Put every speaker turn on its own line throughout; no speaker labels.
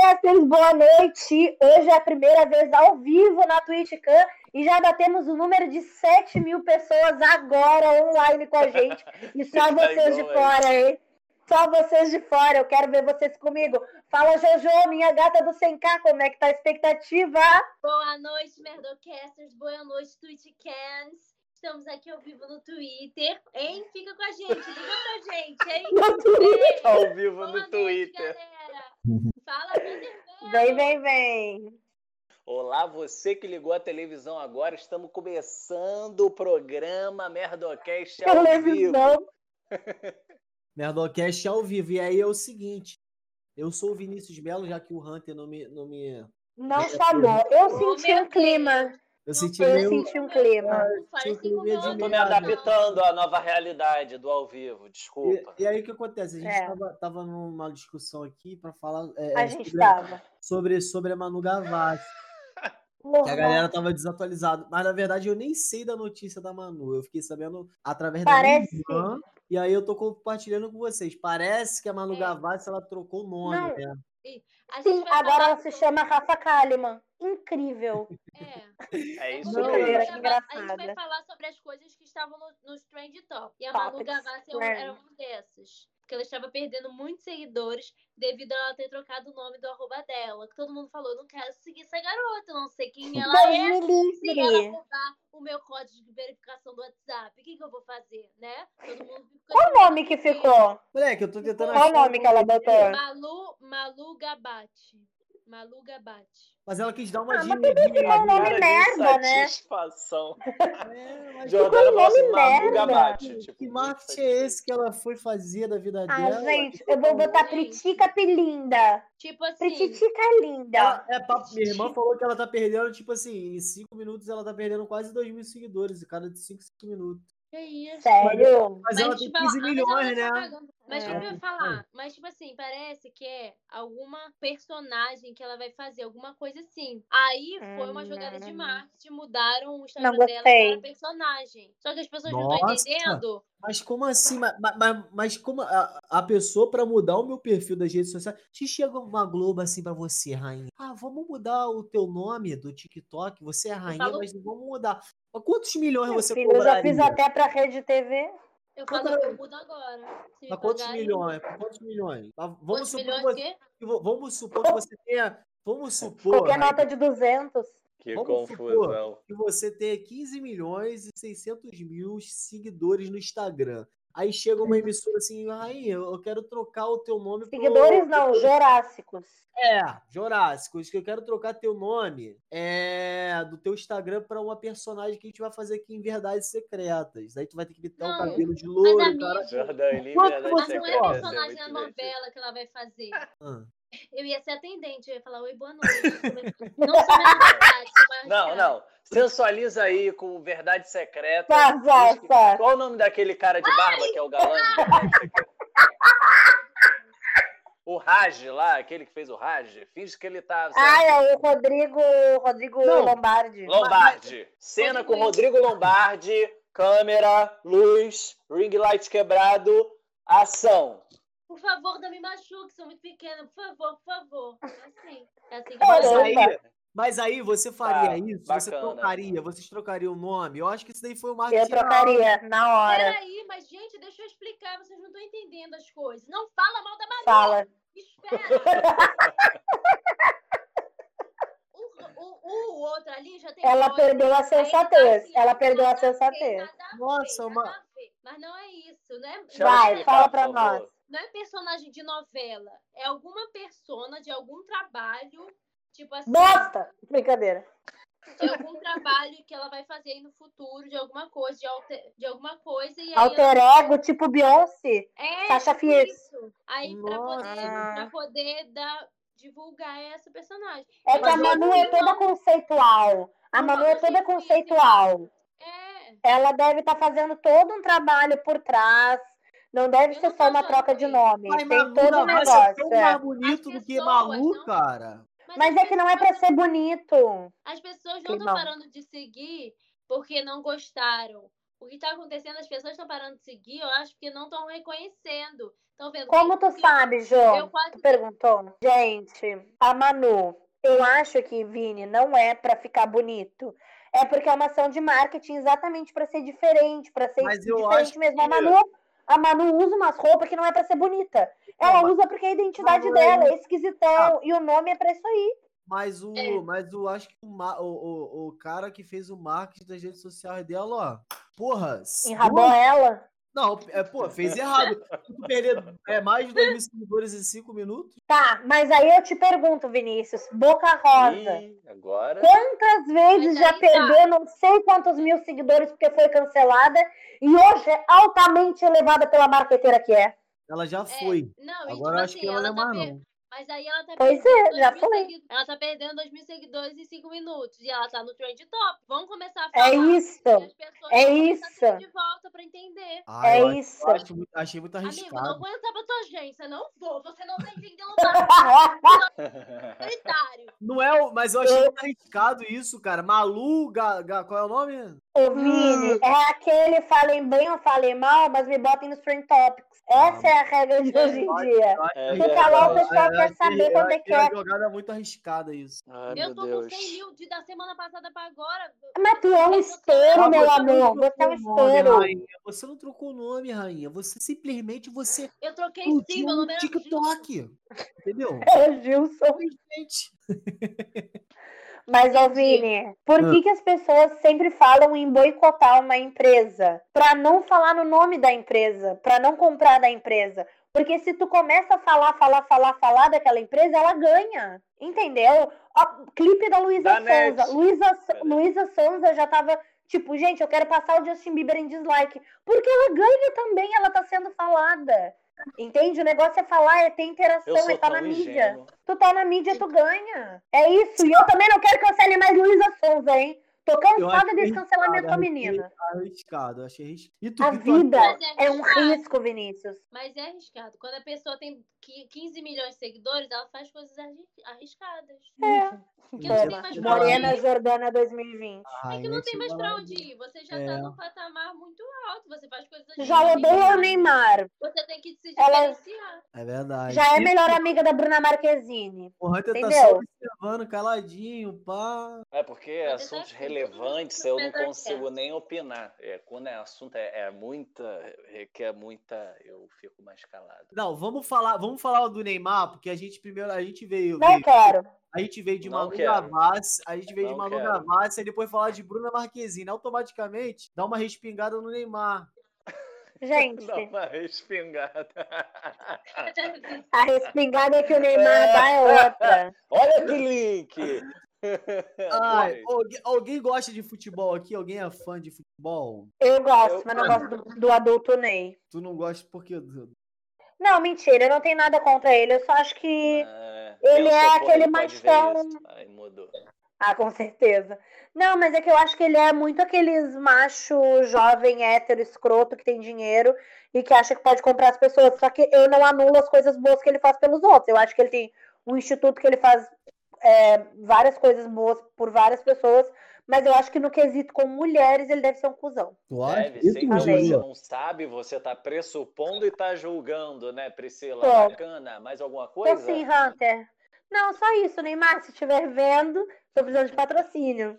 Martins, boa noite. Hoje é a primeira vez ao vivo na TwitchCam e já batemos o número de 7 mil pessoas agora online com a gente. E só vocês de fora, hein? Só vocês de fora, eu quero ver vocês comigo. Fala, Jojo, minha gata do 100K, como é que tá a expectativa?
Boa noite, Merdocasters. Boa noite, Twitchcans. Estamos aqui ao vivo no Twitter, hein? Fica com a gente, liga pra gente, hein? Ei,
Ao vivo
boa
no
noite,
Twitter.
galera. Fala, Peter Pan.
Vem, vem, vem.
Olá, você que ligou a televisão agora, estamos começando o programa Merdocast ao vivo.
Televisão.
Merdocast ao vivo. E aí é o seguinte: eu sou o Vinícius Melo, já que o Hunter não me. Não me...
Não chamou. Eu senti um clima.
Eu senti
Eu
meio.
senti um clima.
Não fala
Tinha
assim
que
com
ver de
Eu
nome,
tô me
Não.
adaptando à nova realidade do ao vivo, desculpa.
E, e aí o que acontece? A gente
É.
tava, tava numa discussão aqui para falar é,
A
é,
gente
sobre, a-
tava.
sobre, sobre a Manu Gavassi. Que a
Normal.
galera tava desatualizada. Mas na verdade eu nem sei da notícia da Manu. Eu fiquei sabendo através
Parece-
da minha irmã. E aí eu tô compartilhando com vocês. Parece que a Manu
É.
Gavassi ela trocou o nome,
Não.
né?
A gente
Sim,
vai
agora
falar
ela se
sobre-
chama Rafa Kalimann. Incrível.
É.
É isso
Vamos
Não,
mesmo.
galera,
falar
que
sobre- A gente vai
engraçada.
falar sobre as coisas que estavam no- nos trend top. E a Manu
Topics,
Gavassi é um-
trend.
era uma dessas. Porque ela estava perdendo muitos seguidores devido a ela ter trocado o nome do arroba dela. Que todo mundo falou, não quero seguir essa garota, eu não sei quem ela
Deus
é.
me
Se ela
livre.
roubar o meu código de verificação do WhatsApp, o que, que eu vou fazer, né? Todo mundo ficou assim.
Qual o nome que ficou?
Moleque, eu tô tentando
Qual o nome que ela botou?
Malu, Malu Gabate. Malu Gabate.
Mas ela quis dar uma
Ah, mas
diminuída.
um nome
Cara de
merda, né?
insatisfação.
É, mas
Jordana
nome
falou assim, Mamu
merda.
Gabate. Tipo,
Que
muito
marketing é
satisfeito.
esse que ela foi fazer da vida
Ah,
dela?
gente, eu vou botar Pritica Pilinda.
Tipo assim,
Pritica Linda.
Ela- é papo- minha irmã falou que ela tá perdendo, tipo assim, em 5 minutos ela tá perdendo quase 2 mil seguidores, e cada de 5, 5 minutos.
que isso?
Sério?
Mas, ela tem
tipo,
15
ela-
milhões,
mas ela tá
né? Hum.
pagando. Mas
É.
como eu ia falar, mas tipo assim, parece que é alguma personagem que ela vai fazer, alguma coisa assim. Aí foi uma jogada de
Hum.
marketing, mudaram o Instagram
Não
dela
gostei.
para personagem. Só que as pessoas não estão
Nossa.
entendendo.
Mas como assim? Mas, mas, mas como a, a pessoa, pra mudar o meu perfil das redes sociais, te chega uma Globo assim pra você, rainha. Ah, vamos mudar o teu nome do TikTok, você é a rainha,
falo-
mas não vamos mudar. Mas quantos milhões você
Filho, eu já
cobraria?
fiz até pra rede TV.
Eu
Quanto
falo,
era-
eu mudo agora. Se me
Mas quantos
pagarem,
milhões? Mas Quantos milhões? Mas Vamos
Tá quantos
supor, que
milhões é
você,
que-
que vo- vamos supor que você tenha. Vamos supor
Qualquer nota de 200.
Que
Vamos
confusão.
que você tenha 15 milhões e 600 mil seguidores no Instagram. Aí chega uma emissora assim, rainha, eu quero trocar o teu nome pro-
Seguidores não, Jurássicos.
É, Jurássico, isso que eu quero trocar teu nome é, do teu Instagram pra uma personagem que a gente vai fazer aqui em Verdades Secretas. Aí tu vai ter que pintar o
Não,
cabelo de
Mas, é
louro, cara.
amigo,
Jordana, em
Quanto
liberdade
mas
você
não
secreta,
é
gosta?
ia ser
personagem
muito
na
divertido.
novela que ela vai fazer.
Ah,
Eu ia ser atendente, eu ia falar, oi, boa noite. Não sou mais verdade, sou mais
Não, não. Sensualiza aí com verdade secreta.
Faz
Diz que-
essa.
Qual o nome daquele cara de barba que é o galã? de Verdade Secreta? O Raj lá, aquele que fez o Raj. Finge que ele tá. sei lá,
Ah, é o Rodrigo, Rodrigo
Não.
Lombardi.
Lombardi. Cena com Rodrigo Lombardi. Câmera, luz, ring light quebrado, ação.
Por favor, não me machuque, sou muito pequena. Por favor, por favor. É assim. É assim que
Mas
Caramba.
faz.
aí, mas aí você
Ah,
faria isso? Você
bacana.
trocaria? Vocês trocariam o nome? Eu acho que isso daí foi o
Eu
marketing.
trocaria na hora.
Peraí, mas gente, deixa eu explicar. Vocês não estão entendendo as coisas. Não fala mal da Maria.
Fala.
Espera. o, o, o outro ali já tem.
Ela
voz,
perdeu a
aí ele tá
sensatez.
assim, tá
Ela perdeu a
nada ver,
sensatez.
nada a ver,
Nossa,
nada
uma...
a ver. Mas não é isso, né?
Deixa ela
Vai,
explicar,
fala
por
pra
favor.
nós.
não é personagem de novela. É alguma persona de algum trabalho, tipo assim,
Bosta! Brincadeira.
de algum trabalho que ela vai fazer aí no futuro, de alguma coisa, de, alter, de alguma coisa, e aí
Alter ego, tipo Beyoncé.
ela... é
Sasha
tipo
Fierce.
isso. Aí pra poder,
Nossa.
pra poder dar, divulgar essa personagem.
É que a
Mas eu
Manu
não
é toda
não.
conceitual. A
Não
Manu
fala
é toda
assim,
conceitual.
É,
Ela deve estar fazendo todo um trabalho por trás. Não deve
Eu
ser
não assim.
só
tô
uma
falando
troca de
isso.
nome.
Mas
Tem
Manu
todo um
Gavassi é tão
negócio. é.
mais bonito do que
pessoas
Malu,
não-
cara.
Mas é que não é pra ser bonito.
As pessoas não
Climão.
estão parando de seguir porque não gostaram. o que está acontecendo, as pessoas estão parando de seguir, eu acho que não estão reconhecendo. Estão vendo.
Como tu
que-
sabe,
Eu
João?
quase
Tu perguntou. Gente, a Manu, eu acho que, Vini, não é pra ficar bonito. É porque é uma ação de marketing exatamente pra ser diferente, pra ser
Mas eu
diferente
acho
mesmo. A Manu, a Manu usa umas roupas que não é pra ser bonita. Ela usa porque é a identidade
Manu- um- Ah.
dela, é esquisitão. E o nome é pra isso aí.
Mas o,
É.
mas o, acho que o, ma- o, o, o cara que fez o marketing das redes sociais dela, ó. Porra, se-
Enrabou ela.
não, é, pô, fez errado. Tu perder é, mais de 2 mil seguidores em 5 minutos?
Tá, mas aí eu te pergunto, Vinícius, boca rosa.
Ih, agora.
Quantas vezes
Mas
já
aí tá.
perdeu não sei quantos mil seguidores porque foi cancelada e hoje é altamente elevada pela marqueteira que é.
Ela já
É,
foi.
Não, e
Agora
tipo
eu acho
assim,
que ela não é
tá
mais,
per-
não.
Mas aí ela tá
Pois é,
perdendo
já
2.000
falei.
segui- Ela tá perdendo 2 mil seguidores em 5 minutos. E ela tá no trend top. Vamos começar a falar.
É isso.
e as pessoas
É
vão começar a
isso.
seguir de volta pra entender.
Ah, eu
É
acho-
isso.
eu acho muito- achei muito
Amigo, não
arriscado.
vou entrar pra tua agência. Não vou. Você não tá entendendo nada solitário.
Não é, o- mas eu achei muito arriscado isso, cara. Malu, Ga- Ga- qual é o nome?
O Vini é aquele falem bem ou falem mal, mas me botem nos trend topics. Essa
Ah,
é a regra de hoje em
pode,
dia.
É
Fica lá, o
verdade.
pessoal
Eu
quer
achei-
saber
eu
quando é
achei
que
a
é.
jogada muito arriscada isso.
Ai,
eu
meu
tô
Deus.
com 100 mil de, da semana passada pra agora.
Mas tu é um
Ah,
estouro, meu
você não
amor. Você é um
trocou o nome,
estouro.
rainha. Você não trocou o nome, rainha. Você simplesmente você
Eu troquei sim,
explodiu
meu
um
no
número. é Gil.
TikTok. Entendeu?
É o Gilson.
Gente.
Mas, ô Vini, por
Ah.
que, que as pessoas sempre falam em boicotar uma empresa? Pra não falar no nome da empresa, pra não comprar da empresa. Porque se tu começa a falar, falar, falar, falar daquela empresa, ela ganha. Entendeu? Ó, clipe da Luísa
Da Net.
Sonza. Luísa,
Peraí.
Luísa Sonza já tava tipo, gente, eu quero passar o Justin Bieber em dislike. Porque ela ganha também, ela tá sendo falada. Entende? O negócio é falar, é ter
Eu
interação, é
sou
tá na
tão
mídia.
ingênuo.
Tu tá na mídia, tu ganha. É isso. E eu também não quero que cancele mais Luísa Sonza, hein? Tô cansada
acho
desse
que-
cancelamento
cara,
com a menina.
Tá Arriscado, achei arriscado. E tu,
A
que tu-
vida
Mas é
é um risco, Vinícius.
Mas é arriscado. Quando a pessoa tem qui- 15 milhões de seguidores, ela faz coisas arri- arriscadas. Que não tem mais pra onde
Morena
ir.
Jordana 2020.
Ah,
É que não
né,
tem
sei
mais
lá.
pra onde ir. Você já
É.
tá num patamar muito alto. Você faz coisas
Já odeia o Neymar.
Você tem que se
Ela-
diferenciar.
É verdade.
Já é a
E
melhor amiga da Bruna Marquezine.
O Hunter tá só
Entendeu?
observando, caladinho, pá.
É porque
Mas
assuntos
eu tô-
relevantes
eu tô
eu não
pensando
consigo nem opinar. É, quando é assunto é, é muita, requer muita, eu fico mais calado.
Não, vamos falar, vamos falar do Neymar, porque a gente primeiro a gente veio,
Não
veio-
quero.
a gente veio de
Não
Manu
quero.
Gavassi, a gente veio de
Não
Manu
quero.
Gavassi e depois falar de Bruna Marquezine, automaticamente dá uma respingada no Neymar.
Gente,
Dá uma respingada.
a respingada que o Neymar dá é outra.
Olha que link! É,
Ai, algu- alguém gosta de futebol aqui? Alguém é fã de futebol?
Eu
Eu-
gosto, mas não gosto do, do adulto Ney.
Tu não gosta porque Dudu?
Não, mentira, eu não tenho nada contra ele. Eu só acho que.
Ah,
ele é aquele machão.
Ai, mudou.
Ah, com certeza. Não, mas é que eu acho que ele é muito aqueles macho jovem, hétero, escroto, que tem dinheiro e que acha que pode comprar as pessoas. Só que eu não anulo as coisas boas que ele faz pelos outros. Eu acho que ele tem um instituto que ele faz é, várias coisas boas por várias pessoas, mas eu acho que no quesito com mulheres ele deve ser um cuzão.
Tu
Deve
Isso,
ser que
Júlia?
você
Júlia?
não sabe, você tá pressupondo e tá julgando, né, Priscila?
Tô.
Bacana. Mais alguma
Então,
coisa?
sim, Hunter. Não, só isso, Neymar, se estiver vendo, tô precisando de patrocínio.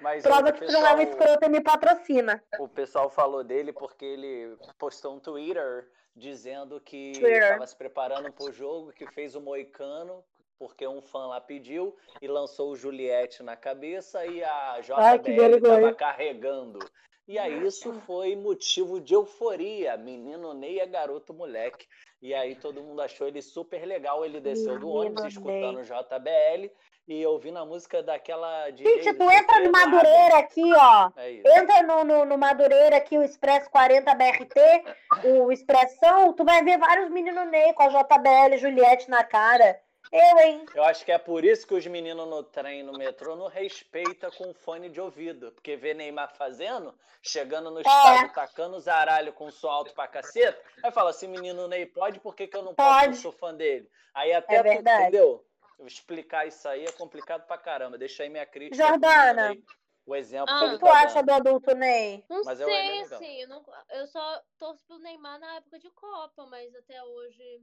Mas
Prova
o
que tu não é um
pessoal-
escroto e me patrocina.
O pessoal falou dele porque ele postou um Twitter dizendo que
Twitter.
estava se preparando para o jogo, que fez o Moicano, porque um fã lá pediu, e lançou o Juliette na cabeça e a
Ai, que
JBL estava
vergonha.
carregando. E aí isso foi motivo de euforia. Menino Ney é garoto moleque. E aí todo mundo achou ele super legal. Ele desceu do
Menino
ônibus
Ney.
escutando o JBL e ouvindo a música daquela de.
Gente, tu entra no Madureira aqui, ó.
É isso.
Entra no, no, no Madureira aqui, o Expresso 40 BRT, o Expressão, tu vai ver vários meninos Ney com a JBL, Juliette na cara. Eu, hein?
Eu acho que é por isso que os meninos no trem, no metrô, não respeita com fone de ouvido. Porque vê Neymar fazendo, chegando
É.
no estádio, tacando os aralhos com som alto pra caceta, aí fala assim, menino Ney, pode? Por que, que eu não posso?
Pode.
Eu sou fã dele. Aí até,
É verdade.
entendeu? Eu Explicar isso aí é complicado pra caramba. Deixa aí minha crítica. pro
Jordana,
menino Ney. O exemplo
Ah.
que
O
ele
que
tá
tu acha
dando.
do adulto Ney?
Não
Mas é o
sei,
Enem, então.
assim, eu, não, eu só torço pro Neymar na época de Copa, mas até hoje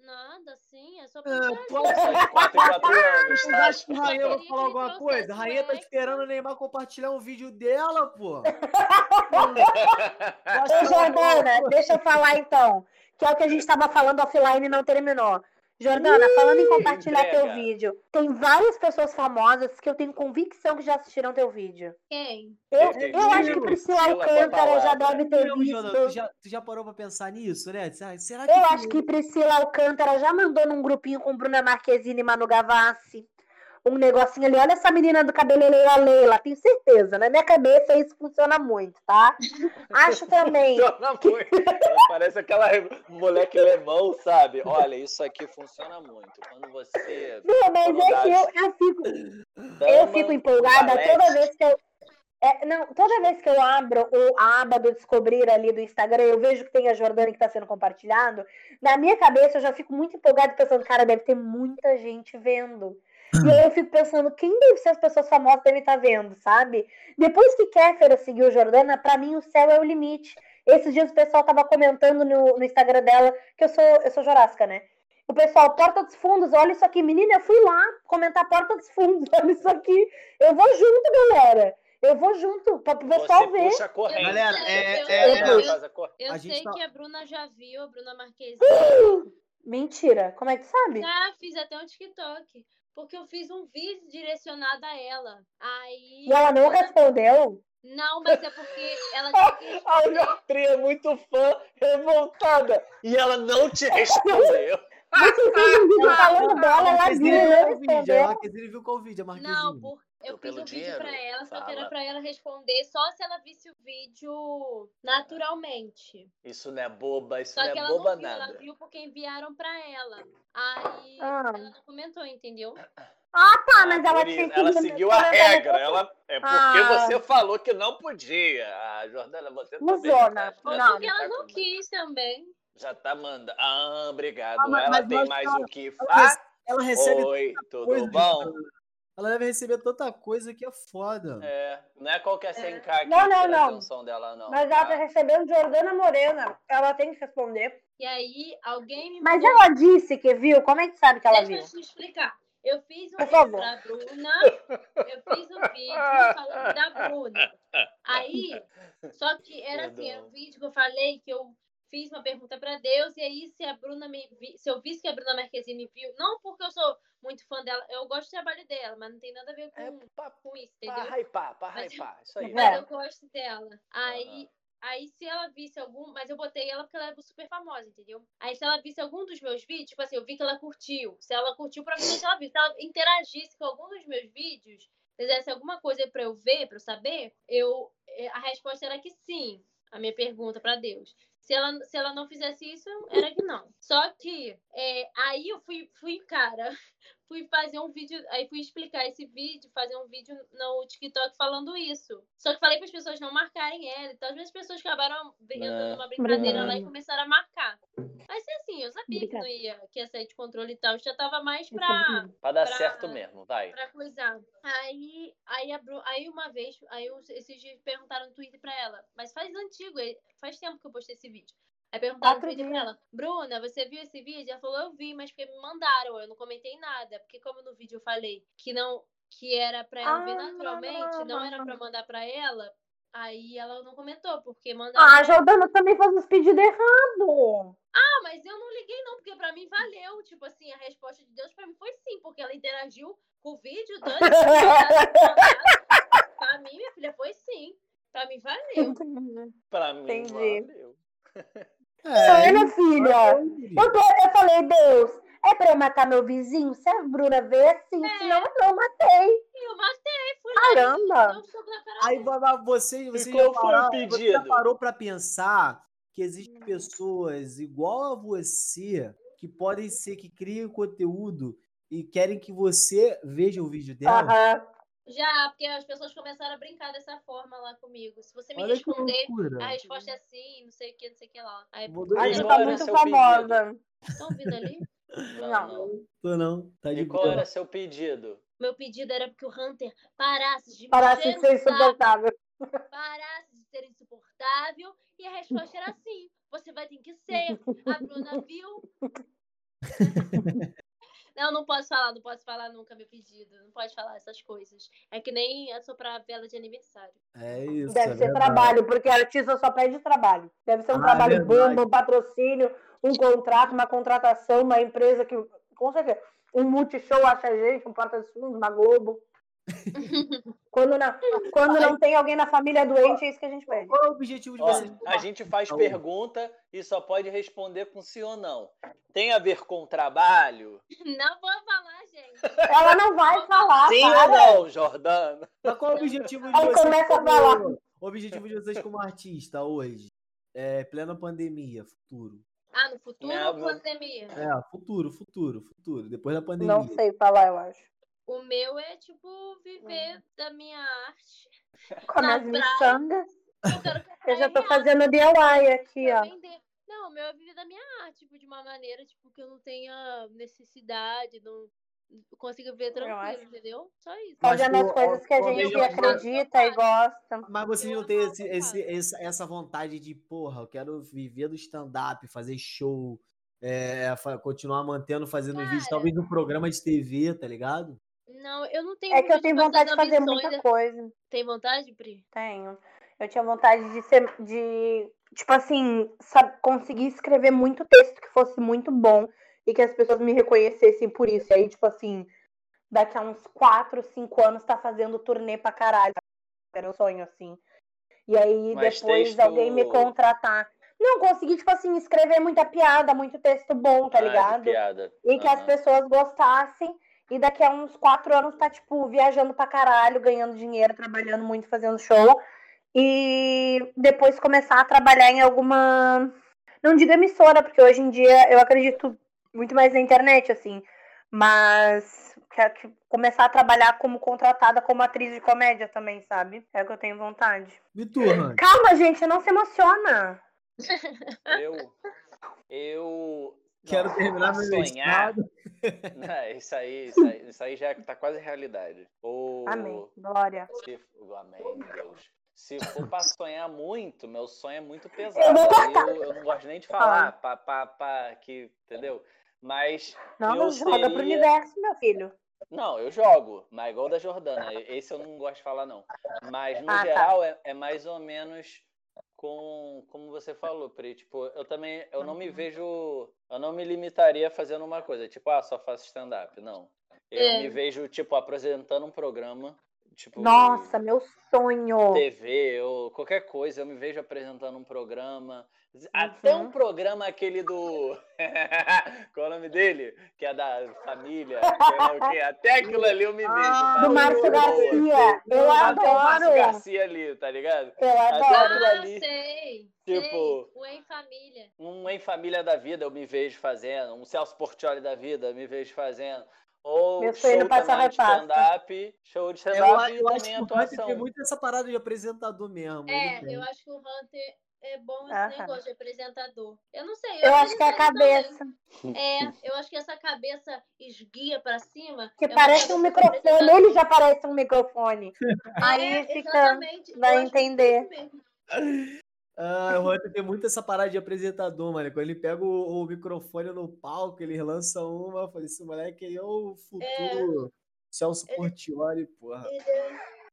nada, assim, é só
Ah,
pro Brasil.
Só de 4 em 4 anos,
Vocês
tá?
acham que Rainha vai falar alguma coisa? A Rainha tá esperando o Neymar compartilhar um vídeo dela, pô.
Ô, Jordana, deixa eu falar então. Que é o que a gente tava falando offline e não terminou. Jordana, falando em compartilhar
entrega.
teu vídeo, tem várias pessoas famosas que eu tenho convicção que já assistiram teu vídeo.
Quem?
Eu,
Teve
eu acho que
vídeo,
Priscila
Priscila
Alcântara já
Cobalabra.
deve ter
Não,
visto.
Jonathan, tu, já, tu já parou pra pensar nisso, né? Ah, Será que.
Eu acho que Priscila Alcântara já mandou num grupinho com Bruna Marquezine e Manu Gavassi. Um negocinho ali, olha essa menina do cabelo Leila Leila, tenho certeza, na minha cabeça isso funciona muito, tá? Acho também.
Funciona muito. Ela Parece aquela moleque alemão, sabe? Olha, isso aqui funciona muito. Quando você.
Não, mas é que eu, eu fico, eu
dama,
fico empolgada
balete,
toda vez que eu. é, não, toda vez que eu abro o, a aba do descobrir ali do Instagram, eu vejo que tem a Jordana que tá sendo compartilhado. Na minha cabeça, eu já fico muito empolgada pensando, cara, deve ter muita gente vendo. E aí eu fico pensando, quem deve ser as pessoas famosas que devem estar vendo, sabe? Depois que Kéfera seguiu Jordana, pra mim o céu é o limite. Esses dias o pessoal tava comentando no, no Instagram dela, que eu sou, eu sou jorasca, né? O pessoal, Porta dos Fundos, olha isso aqui. Menina, eu fui lá comentar Porta dos Fundos, olha isso aqui. Eu vou junto, galera. Eu vou junto, pra o pessoal
Você
ver.
puxa a corrente.
Galera, é-
eu,
é-
eu,
Ela
eu-
faz a corrente.
eu
A gente
sei
tá-
que a Bruna já viu, a Bruna Marquezine.
Mentira, como é que sabe?
Já fiz até um TikTok. Porque eu fiz um vídeo direcionado a ela. Aí.
E ela não respondeu?
Não, mas é porque ela tinha que
A Leotri é muito fã, revoltada. E ela não te respondeu.
Você
Ah,
fez um vídeo falando dela, ela né, viu,
Marquezine
não
viu qual vídeo, a
respondeu.
Marquezine viu qual vídeo, a Marquezine.
Não, por... eu
Então, pelo
fiz um vídeo
dinheiro,
pra ela, só que
fala.
era pra ela responder só se ela visse o vídeo naturalmente.
Isso não é boba, isso
Só
não
que
é
ela
boba
não viu, ela
nada.
viu porque enviaram pra ela. Aí
Ah.
ela não comentou, entendeu?
Ah, mas ela
Por
tinha
isso,
que...
ela seguiu a regra. Ela... É porque
Ah.
você falou que não podia. Ah, Jordana, você também
Luzona.
tá-
Foi
Não,
porque ela
tá
não
com-
quis também.
Já tá mandando. Ah, obrigado.
Ah, mas-
ela
mas
tem
nós-
mais o que
Ela,
faz.
rece- ela recebe
Oi, tudo
coisa,
bom?
Ela deve receber tanta coisa que é foda.
É, não é qualquer 100k que
Não, não,
tira a
não.
atenção dela, não.
Mas ela
tá?
tá recebendo Jordana Morena. Ela tem que responder.
E aí alguém me
Mas ela disse que viu. Como é que sabe que ela
Deixa
viu?
eu te explicar. Eu fiz um
Por
vídeo
favor.
da Bruna. Eu fiz um vídeo falando da Bruna. Aí, só que era assim, era um vídeo que eu falei que eu fiz uma pergunta para Deus e aí se a Bruna me vi- se eu visse que a Bruna Marquezine viu, não porque eu sou muito fã dela, eu gosto do trabalho dela, mas não tem nada a ver com,
É pra,
com isso, Hum, entendeu?
pra hypar, pra
Mas-
hypar. Isso aí.
É.
Mas eu gosto dela. Aí,
Aham.
aí se ela visse algum. Mas eu botei ela porque ela é super famosa, entendeu? Aí se ela visse algum dos meus vídeos, tipo assim, eu vi que ela curtiu. Se ela curtiu, provavelmente ela viu. Se ela interagisse com algum dos meus vídeos, fizesse alguma coisa pra eu ver, pra eu saber, eu, eh, a resposta era que sim. A minha pergunta pra Deus. Se ela, se ela não fizesse isso, era que não. Só que é, aí eu fui, fui, cara, fui fazer um vídeo, aí fui explicar esse vídeo, fazer um vídeo no TikTok falando isso. Só que falei para as pessoas não marcarem ela, então às vezes as pessoas acabaram entrando
É.
numa brincadeira
Hum.
lá e começaram a marcar. Mas assim, eu sabia que não ia, que ia sair de controle e tal, eu já tava mais pra
Pra dar
pra-
certo mesmo, vai.
pra coisar. Aí, aí, a Bru- aí uma vez, aí eu- esses dias perguntaram no Twitter pra ela, mas faz antigo, é- faz tempo que eu postei esse vídeo. Aí perguntaram no
Quatro
Twitter pra ela, Bruna, você viu esse vídeo? Ela falou, eu vi, mas porque me mandaram, eu não comentei nada. Porque como no vídeo eu falei que não, que era pra ela ver
Ah.
naturalmente, não era pra mandar pra ela, aí ela não comentou, porque mandaram.
Ah, a Jordana também faz uns pedidos errados.
Ah, mas eu não liguei não, porque pra mim valeu. Tipo assim, a resposta de Deus pra mim foi sim, porque ela interagiu com o vídeo, dando Pra mim, minha filha, foi sim. Pra mim valeu.
Pra mim,
Entendi.
valeu.
É,
isso
minha filha.
aí.
Eu, tô- eu falei, Deus, é pra eu matar meu vizinho? Se a Bruna vê assim,
É.
senão eu não matei.
E eu matei, fui lá.
Caramba.
dei um soco na cara
Aí
dela.
vai- vai- você, você,
qual
já
foi o
parou, você já
pedido?
parou pra pensar que existem pessoas igual a você que podem ser que criem conteúdo e querem que você veja o vídeo dela?
Aham.
Já, porque as pessoas começaram a brincar dessa forma lá comigo. Se você me
Olha que
responder,
loucura.
a resposta é assim, não sei o que, não sei o que lá. Aí
Mudou
A
Ai,
gente
qual
tá
era
muito
seu
famosa.
estão ouvindo ali?
Não.
Tô não, tá de
E qual
boa.
era seu pedido?
Meu pedido era que o Hunter parasse de
Parasse de ser insuportável.
parasse de ser insuportável. E a resposta era sim. Você vai ter que ser. A Bruna viu. não, não posso falar, não posso falar nunca meu pedido. Não pode falar essas coisas. É que nem assoprar a vela de aniversário.
É isso.
Deve
é
ser
verdade.
trabalho, porque artista só pede trabalho. Deve ser um
Ah,
trabalho
verdade.
bom, um patrocínio, um contrato, uma contratação, uma empresa que, com certeza, um multishow acha a gente, um porta dos fundos, uma Globo. quando não, quando não tem alguém na família doente, é isso que a gente pede.
Qual é o objetivo de
Ó,
vocês?
a gente faz
Não.
pergunta e só pode responder com sim ou não. Tem a ver com trabalho?
Não vou falar, gente.
Ela não vai falar,
Sim
Ah, para.
ou não, Jordana?
Mas qual é o objetivo de
Aí
vocês?
começa a
como-
falar.
O objetivo de vocês como artista hoje? É, plena pandemia, futuro.
Ah, no futuro
Não,
ou
vou-
pandemia?
É, futuro, futuro, futuro. Depois da pandemia.
Não sei falar, eu acho.
O meu é, tipo, viver da minha arte.
Com as
Na praia.
miçangas,
Eu quero que
eu já tô
real,
fazendo DIY aqui, ó.
pra vender. Não, o meu é viver da minha arte, tipo, de uma maneira, tipo, que eu não tenha necessidade, não não consiga viver
acho.
tranquilo, entendeu? Só isso.
Mas
Fazendo as
o-
coisas que a
o- o
gente
objetivo-
acredita e gosta.
Mas você
Eu
não tem
amava,
esse,
cara.
esse- essa, essa vontade de, porra, eu quero viver do stand-up, fazer show, é, fa- continuar mantendo, fazendo vídeo,
Cara.
talvez um programa de TV, tá ligado?
Não, eu não tenho
É que eu
muitas
tenho vontade de
outras
fazer
ambições. né?
muita coisa.
Tem vontade, Pri?
Tenho. Eu tinha vontade de ser, de, tipo assim, sabe, conseguir escrever muito texto que fosse muito bom e que as pessoas me reconhecessem por isso. E aí, tipo assim, daqui a uns 4, 5 anos tá fazendo turnê pra caralho. Era o sonho, assim. E aí
Mas
depois
texto-
alguém me contratar. Não, consegui, tipo assim, escrever muita piada, muito texto bom, tá
Ah, de
ligado?
piada.
E que as
Aham.
pessoas gostassem. E daqui a uns quatro anos tá, tipo, viajando pra caralho, ganhando dinheiro, trabalhando muito, fazendo show. E depois começar a trabalhar em alguma. Não digo emissora, porque hoje em dia eu acredito muito mais na internet, assim. Mas quero tipo, começar a trabalhar como contratada, como atriz de comédia também, sabe? É o que eu tenho vontade.
Me tu, Hans.
Calma, gente, não se emociona.
Eu. Eu.
Quero
Nossa,
terminar meu
sonhar.
mestrado.
Não, isso aí, isso aí, isso aí já tá quase realidade. Ou,
Amém. Glória.
Se, amém, Deus. Se for pra sonhar muito, meu sonho é muito pesado.
Eu vou
aí
cortar.
Eu, eu não gosto nem de falar, pá, pá, pá, que, entendeu? Mas,
Não,
Eu
não joga pro
seria-
universo, meu filho.
não, eu jogo, mas igual o da Jordana. Esse eu não gosto de falar, não. Mas, no
Ah, tá.
geral, é, é mais ou menos com, como você falou, Pri. Tipo, eu também, eu não
Uhum.
me vejo, eu não me limitaria fazendo uma coisa. Tipo, ah, só faço stand-up. Não. Eu
É.
me vejo, tipo, apresentando um programa. Tipo,
Nossa, meu sonho.
TV ou qualquer coisa, eu me vejo apresentando um programa. Até
Uhum.
um programa aquele do. Qual é o nome dele? Que é da família. sei lá o quê. Até aquilo ali eu me vejo.
Ah,
tá?
Do Márcio
Eu-
Garcia. Eu
Até o Márcio
adoro.
Garcia ali, tá ligado?
Eu
Adoro.
adoro.
Aquilo
Ah,
Tá ali,
sei.
tipo-
Sei. O Em Família.
Um Em Família da Vida eu me vejo fazendo. Um Celso Portioli da Vida eu me vejo fazendo. Ou
Meu sonho
show
não passa
também de
repassa.
stand-up. Show de
Eu, a-
stand-up e
eu acho
também
que o Hunter tem
atuação.
muito essa parada de apresentador mesmo. ele
É,
tem.
eu acho que o Hunter é bom esse
Aham.
negócio de apresentador. Eu não sei.
Eu acho
ele
que é a
faz também.
cabeça.
É, eu acho que essa cabeça esguia pra cima.
Que
é uma
parece um
cabeça de
microfone.
apresentador.
Ele já parece um microfone. Aí
É,
fica.
exatamente. Eu
Vai
acho que é isso
entender.
mesmo.
Ah, o Hunter tem muito essa parada de apresentador, mano. Quando ele pega o, o microfone no palco, ele lança uma. Eu falei, esse moleque aí é o futuro Celso Portioli, porra.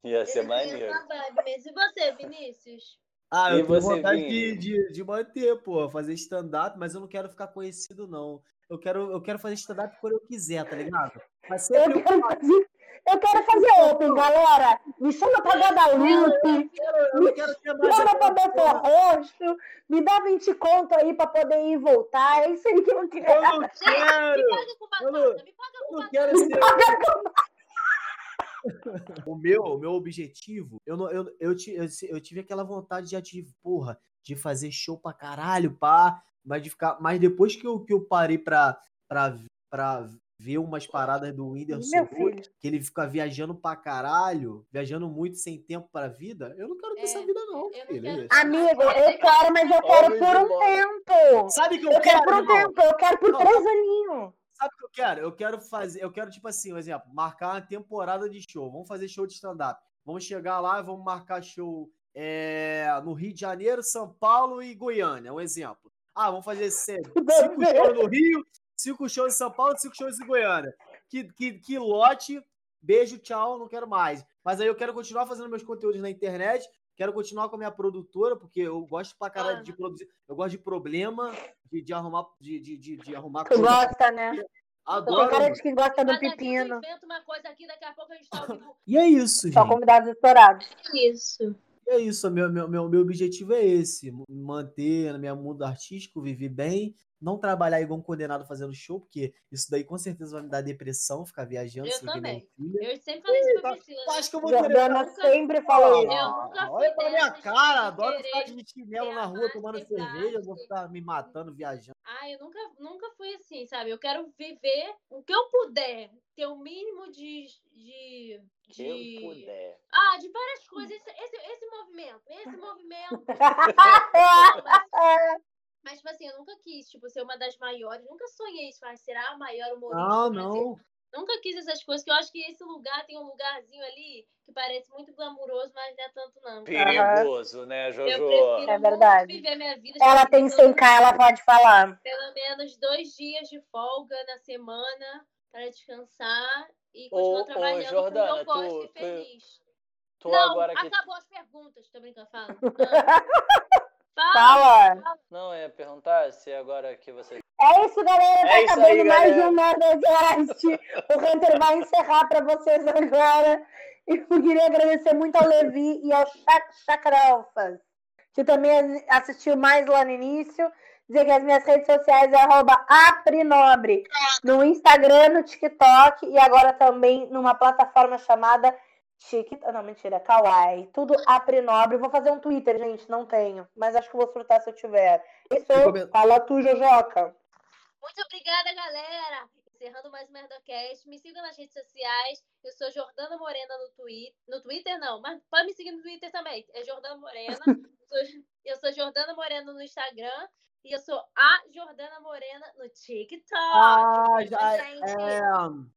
Ia ser
Ele tem
maneiro.
essa vibe mesmo. E você, Vinícius?
Ah,
E
eu tenho
você,
vontade de,
Vini?
de, de manter, pô, fazer stand-up, mas eu não quero ficar conhecido, não. Eu quero, eu quero fazer stand-up quando eu quiser, tá ligado? Mas
Eu
sempre eu
quero fazer. Eu quero fazer open, galera. Me chama pra Guadalupe.
quero, eu não quero ter
Me
mais.
chama pra
aquela
Beto
porra.
Roxo. Me dá 20 conto aí pra poder ir e voltar. É isso aí que eu
Eu
quero.
não
Me paga com
quero! eu não-
batata, me paga
Eu
com
não
batata.
quero ser. O meu, o meu objetivo, eu, não, eu, eu, ti- eu, se- eu tive aquela vontade de ativo, porra, de fazer show pra caralho, pá, mas de ficar. Mas depois que eu, que eu parei pra, pra, pra ver umas paradas do Whindersson,
Meu filho.
que ele fica viajando pra caralho, viajando muito sem tempo pra vida, eu não quero ter
É,
essa vida, não,
eu não
filho.
quero.
Ah,
Amigo, eu quero, mas eu quero
Homem
por
de
um
bola.
tempo.
Sabe o que eu,
Eu quero por um
irmão?
tempo, eu quero por
Não.
três aninhos.
Sabe o que eu quero? Eu quero fazer, eu quero, tipo assim, um exemplo, marcar uma temporada de show. Vamos fazer show de stand-up. Vamos chegar lá e vamos marcar show é, no Rio de Janeiro, São Paulo e Goiânia, um exemplo. Ah, vamos fazer sempre. cinco shows no Rio, cinco shows em São Paulo, cinco shows em Goiânia. Que, que, que lote, beijo, tchau, não quero mais. Mas aí eu quero continuar fazendo meus conteúdos na internet, Quero continuar com a minha produtora, porque eu gosto pra caralho ah. de produzir. Eu gosto de problema, de, de arrumar. De, de, de, de arrumar
tu gosta, né?
Adoro.
Tem cara de quem gosta
é
do pepino.
Inventa uma coisa aqui, daqui a pouco a gente tá ouvindo.
e é isso, gente.
Só convidados estourados.
É isso.
E é isso. Meu, meu, meu, meu objetivo é esse: manter no meu mundo artístico, viver bem. Não trabalhar igual um condenado fazendo show, porque isso daí com certeza vai me dar depressão, ficar viajando.
Eu também. Eu sempre falei isso pra Priscila. né?
Acho Tá que eu vou
Jordana sempre falou isso.
Eu nunca fui
Olha pra minha
dessas de
cara, adoro ficar
querer
de chinelo
ter
na
a
rua
mais
tomando
verdade.
cerveja, vou ficar me matando, viajando.
Ah, eu nunca, nunca fui assim, sabe? Eu quero viver o que eu puder, ter o mínimo de. de, de...
Quem puder.
Ah, de várias coisas. Esse, esse, esse movimento, esse movimento. Mas, tipo assim, eu nunca quis, tipo, ser uma das maiores. Nunca sonhei isso, mas será a maior humorista?
Não,
do Brasil?
não.
Nunca quis essas coisas, que eu acho que esse lugar tem um lugarzinho ali que parece muito glamuroso, mas não é tanto, não.
Perigoso, né,
Eu
Jojo?
prefiro
É verdade.
muito viver minha vida.
Ela
tipo,
tem
pelo-
100k, ela pode falar.
Pelo menos dois dias de folga na semana para descansar e
Ô,
continuar
ô,
trabalhando
Jordana,
como eu gosto
tu-
e feliz.
Tô
não,
agora que.
acabou as perguntas, tô brincando, fala. Ah. fala.
Fala.
Não, eu ia perguntar se agora que você.
É isso, galera. Tá
É isso
acabando
aí,
mais
galera.
um Nerdcast. O Hunter vai encerrar pra vocês agora. E eu queria agradecer muito ao Levi e ao Cha- Chacralfas, que também as- assistiu mais lá no início. Dizer que as minhas redes sociais é arroba aprinobre no Instagram, no TikTok e agora também numa plataforma chamada TikTok. Não, mentira, Kawaii. Tudo aprinobre. Vou fazer um Twitter, gente, não tenho. Mas acho que eu vou surtar se eu tiver. Isso
E
eu.
comen-
Fala tu, Jojoca.
Muito obrigada, galera. Encerrando mais um Merdocast. Me sigam nas redes sociais. Eu sou Jordana Morena no Twitter. No Twitter, não, mas pode me seguir no Twitter também. É Jordana Morena. Eu sou- eu sou Jordana Morena no Instagram. E eu sou a Jordana Morena no TikTok.
Ah, já-
Gente,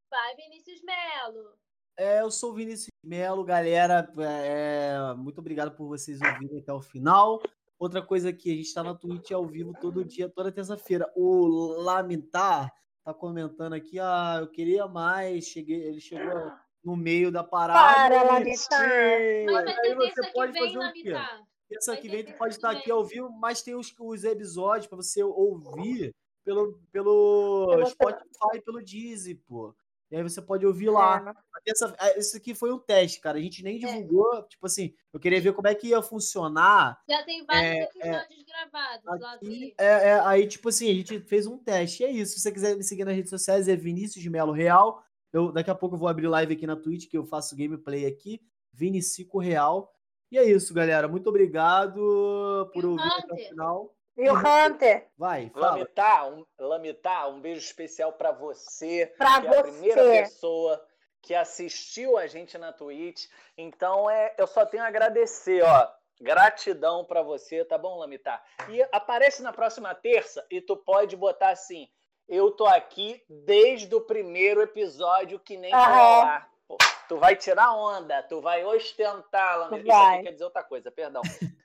Vai, Vinícius Melo.
É, eu sou o Vinícius Melo, galera. É, muito obrigado por vocês ouvirem até o final. Outra coisa que a gente está na Twitch ao vivo todo dia, toda terça-feira. O Lamentar tá comentando aqui, ah, eu queria mais. Cheguei, ele chegou no meio da parada.
Para, Lamentar.
Mas vai
Aí
ter
você
terça que
pode
vem
fazer o
na
quê?
mitad.
Terça
Vai
que
ter
vem tu
é terça
pode
que
estar aqui
vem.
ao vivo, mas tem os, os episódios para você ouvir pelo, pelo
Eu vou-
Spotify, pelo Deezy, pô. E aí você pode ouvir lá.
É.
Essa, ah, isso aqui foi um teste, cara. A gente nem divulgou. Tipo assim, eu queria ver como é que ia funcionar.
Já tem vários
É,
episódios gravados lá
Aqui,
dele.
é, é, aí, tipo assim, a gente fez um teste. E é isso. Se você quiser me seguir nas redes sociais, é Vinícius de Melo Real. Eu, daqui a pouco eu vou abrir live aqui na Twitch, que eu faço gameplay aqui. Vinicico Real. E é isso, galera. Muito obrigado por
E o
ouvir até o
Hunter?
final.
E o Hunter,
Vai, fala.
Lamitar, um, Lamitar, um beijo especial pra você.
pra
que é a primeira
você.
pessoa que assistiu a gente na Twitch. Então, é, eu só tenho a agradecer, ó. Gratidão pra você, tá bom, Lamitar? E aparece na próxima terça e tu pode botar assim: eu tô aqui desde o primeiro episódio que nem
Aham.
tá lá. Pô, Tu vai tirar onda, tu vai ostentar, Lamitar. Isso
Vai.
aqui quer dizer outra coisa, perdão.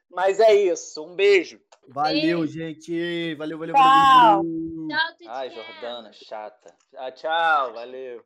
Mas é isso, um beijo.
Valeu, gente. Valeu, valeu, valeu.
Tchau.
valeu.
Tchau, Titi.
Ai, Jordana, chata. Ah, tchau, valeu.